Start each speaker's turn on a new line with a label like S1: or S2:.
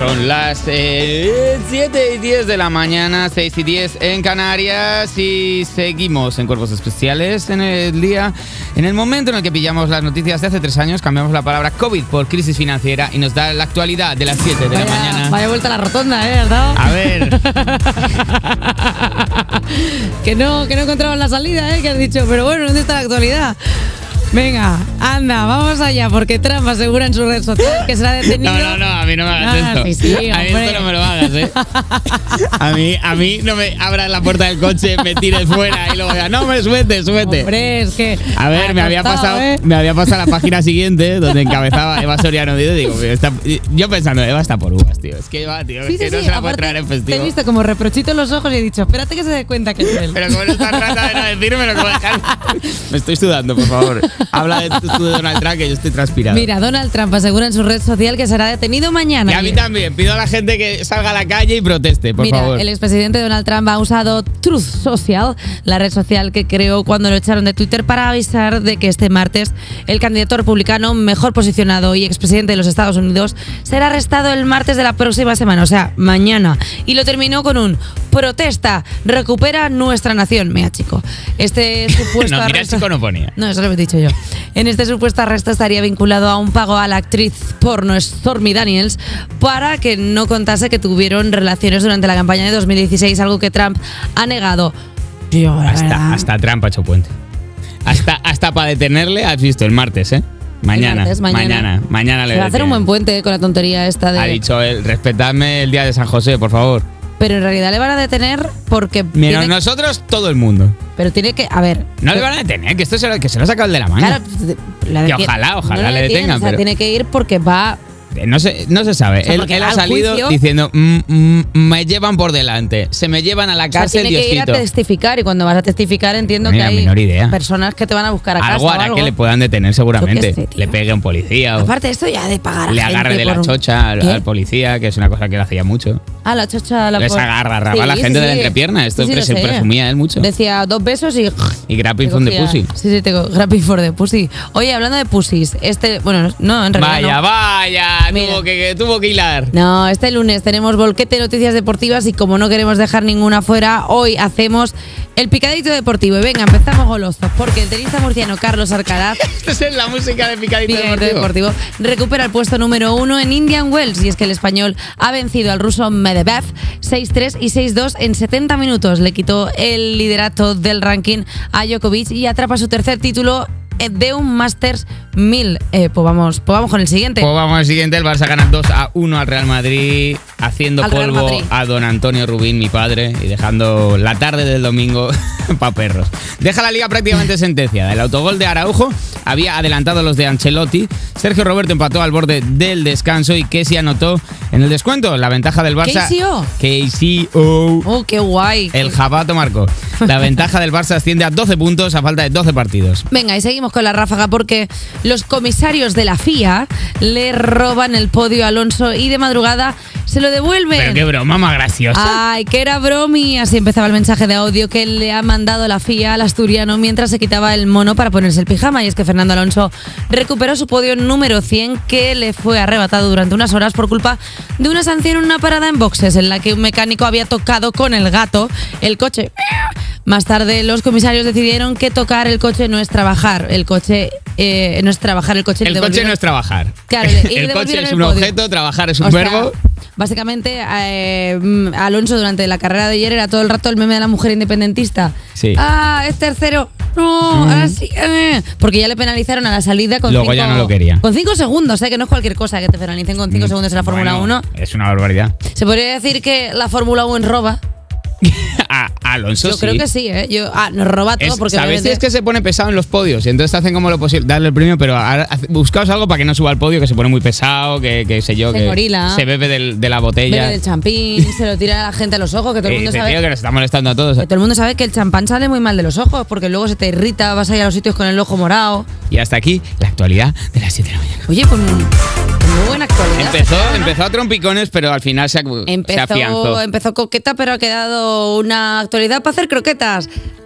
S1: Son las eh, 7 y 10 de la mañana, 6 y 10 en Canarias y seguimos en Cuerpos Especiales en el día, en el momento en el que pillamos las noticias de hace tres años, cambiamos la palabra COVID por crisis financiera y nos da la actualidad de las 7 de
S2: Vaya,
S1: la mañana. Ah.
S2: vaya vuelta a la rotonda, ¿eh? ¿Verdad?
S1: A ver,
S2: que no, que no encontraban la salida, ¿eh? Que has dicho, pero bueno, ¿dónde está la actualidad? Venga, anda, vamos allá, porque Trump asegura en su red social que será detenido.
S1: no, no, no, a mí no me hagas
S2: No,
S1: esto.
S2: sí, sí,
S1: a mí
S2: hombre.
S1: esto no me lo hagas, ¿eh? A mí, a mí no me abras la puerta del coche, me tires fuera y luego digas, no, me suete, suete.
S2: Hombre, es que.
S1: A ver,
S2: ha
S1: me había,
S2: costado,
S1: pasado,
S2: ¿eh?
S1: me había pasado la página siguiente donde encabezaba Eva Soriano. Y yo, digo, está- yo pensando, Eva está por uvas, tío. Es que Eva, tío,
S2: Sí,
S1: es que
S2: sí,
S1: no
S2: sí,
S1: se la puede
S2: aparte,
S1: traer en
S2: Te he
S1: festivo.
S2: visto como reprochito en los ojos y he dicho, espérate que se dé cuenta que es él.
S1: Pero como no está rata de no decírmelo, como dejar. Me estoy sudando, por favor. Habla de tú de Donald Trump, que yo estoy transpirado.
S2: Mira, Donald Trump asegura en su red social que será detenido mañana.
S1: y a mí también, pido a la gente que salga a la calle y proteste, por
S2: Mira,
S1: favor.
S2: el expresidente Donald Trump ha usado Truth Social, la red social que creó cuando lo echaron de Twitter, para avisar de que este martes el candidato republicano mejor posicionado y expresidente de los Estados Unidos será arrestado el martes de la próxima semana, o sea, mañana. Y lo terminó con un protesta, recupera nuestra nación. Mira, chico, este supuesto
S1: no, mira, el
S2: arresto-
S1: chico no ponía.
S2: no, eso lo he dicho yo. En este supuesto arresto estaría vinculado a un pago a la actriz porno Stormy Daniels para que no contase que tuvieron relaciones durante la campaña de 2016, algo que Trump ha negado. Yo, la verdad,
S1: Hasta, hasta Trump ha hecho puente. Hasta, hasta para detenerle, has visto, el martes, ¿eh? Mañana,
S2: martes, mañana.
S1: mañana, mañana le
S2: se va a hacer un
S1: detienen.
S2: buen puente con la tontería esta de...
S1: Ha dicho él, respetadme el día de San José, por favor.
S2: Pero en realidad le van a detener porque...
S1: Menos
S2: tiene-
S1: nosotros, todo el mundo.
S2: Pero tiene que... A ver...
S1: No le van a detener, que esto se lo, que se lo ha sacado el de la mano.
S2: Claro, la
S1: Que
S2: detien-
S1: ojalá, ojalá
S2: no
S1: le
S2: detienen,
S1: detengan,
S2: o sea,
S1: pero-
S2: tiene que ir porque va...
S1: Eh, No se, no se sabe.
S2: O sea,
S1: él
S2: porque
S1: él
S2: va
S1: ha
S2: al
S1: salido
S2: juicio.
S1: diciendo, "Mm, mm, me llevan por delante, se me llevan a la
S2: o sea,
S1: cárcel,
S2: tiene que ir a
S1: Diosito.
S2: testificar y cuando vas a testificar entiendo
S1: Ni
S2: que
S1: la
S2: hay
S1: menor idea.
S2: personas que te van a buscar a casa
S1: Algo
S2: o
S1: hará
S2: algo.
S1: que le puedan detener seguramente.
S2: Yo qué sé, tío.
S1: le pegue a un policía o
S2: Aparte, esto ya de pagar a
S1: le
S2: gente
S1: agarre de la
S2: por-
S1: chocha al,
S2: ¿Qué?
S1: al policía, que es una cosa que él hacía mucho.
S2: Ah, la chocha la
S1: Les
S2: por-
S1: agarra, agarraba a la
S2: Sí,
S1: gente
S2: sí,
S1: de la
S2: sí.
S1: entrepierna. Esto
S2: Sí, sí,
S1: pre-
S2: lo
S1: se
S2: sé.
S1: presumía él mucho.
S2: Decía dos besos y.
S1: Y
S2: te
S1: grabbing from the
S2: cogía.
S1: pussy.
S2: Sí, sí, te co- grabbing for the pussy. Oye, hablando de pussies, este. Bueno, no, en realidad.
S1: Vaya,
S2: no.
S1: vaya,
S2: Mira.
S1: tuvo que, que- tuvo que hilar.
S2: No, este lunes tenemos volquete de noticias deportivas y como no queremos dejar ninguna fuera, hoy hacemos el picadito deportivo. Y venga, empezamos golozos, porque el tenista murciano Carlos Alcaraz
S1: Esta es la música de Picadito
S2: Picadito
S1: Deportivo.
S2: deportivo. recupera el puesto número uno en Indian Wells y es que el español ha vencido al ruso Medvedev 6-3 y 6-2 en 70 minutos. Le quitó el liderato del ranking a Djokovic y atrapa su tercer título eh, de un Masters 1000. Eh, pues, vamos, pues vamos con el siguiente.
S1: Pues vamos al siguiente, el Barça gana 2 a 1 al Real Madrid, haciendo
S2: Al Real
S1: polvo
S2: Madrid.
S1: a don Antonio Rubín, mi padre, y dejando la tarde del domingo pa' perros. Deja la liga prácticamente sentenciada. El autogol de Araujo había adelantado a los de Ancelotti. Sergio Roberto empató al borde del descanso y Kessi anotó en el descuento. La ventaja del Barça.
S2: KCO.
S1: KCO.
S2: Oh, qué guay.
S1: El jabato marcó. La ventaja del Barça asciende a 12 puntos a falta de 12 partidos.
S2: Venga, y seguimos con la ráfaga porque los comisarios de la FIA le roban el podio a Alonso y de madrugada se lo devuelven.
S1: Pero qué broma más graciosa.
S2: Ay, que era bromi. Así empezaba el mensaje de audio que le ha mandado la FIA al asturiano mientras se quitaba el mono para ponerse el pijama. Y es que Fernando Alonso recuperó su podio número 100 que le fue arrebatado durante unas horas por culpa de una sanción en una parada en boxes en la que un mecánico había tocado con el gato el coche. Más tarde los comisarios decidieron que tocar el coche no es trabajar. El coche eh, no es trabajar el coche. le
S1: El coche
S2: devolvieron-
S1: no es trabajar.
S2: Claro, y le
S1: el coche
S2: devolvieron
S1: es
S2: el
S1: un
S2: podio.
S1: objeto, trabajar es un
S2: O sea,
S1: verbo.
S2: Básicamente, eh, mm, Alonso durante la carrera de ayer era todo el rato el meme de la mujer independentista.
S1: Sí. Mm.
S2: Ah, es tercero. No, ahora sí. eh. Porque ya le penalizaron a la salida con
S1: Luego
S2: cinco,
S1: ya no lo quería. Mm.
S2: Con cinco segundos, ¿eh? que no es cualquier cosa que te penalicen con cinco segundos en la Fórmula
S1: Bueno,
S2: 1.
S1: Es una barbaridad.
S2: Se podría decir que la Fórmula 1 roba.
S1: A- Alonso
S2: Yo
S1: sí.
S2: creo que sí, ¿eh? Yo, ah, nos roba todo
S1: Es-
S2: porque.
S1: ¿Sabéis si
S2: obviamente-
S1: es que se pone pesado en los podios? Y entonces hacen como lo posible, darle el premio, pero ahora hace- buscaos algo para que no suba al podio, que se pone muy pesado, que, que sé yo,
S2: Se
S1: que
S2: engorila.
S1: se bebe del- de la botella.
S2: bebe del champín, se lo tira a la gente a los ojos, que todo
S1: Eh,
S2: el mundo
S1: dice,
S2: sabe.
S1: tío, que nos está molestando a todos.
S2: que todo el mundo sabe que el champán sale muy mal de los ojos, porque luego se te irrita, vas a ir a los sitios con el ojo morado.
S1: Y hasta aquí la actualidad de las 7 de la mañana.
S2: Oye, con, con muy buena actualidad.
S1: Empezó, empezó a trompicones, pero al final se, acu- se afianzó.
S2: Empezó, empezó coqueta, pero ha quedado una actualidad para hacer croquetas.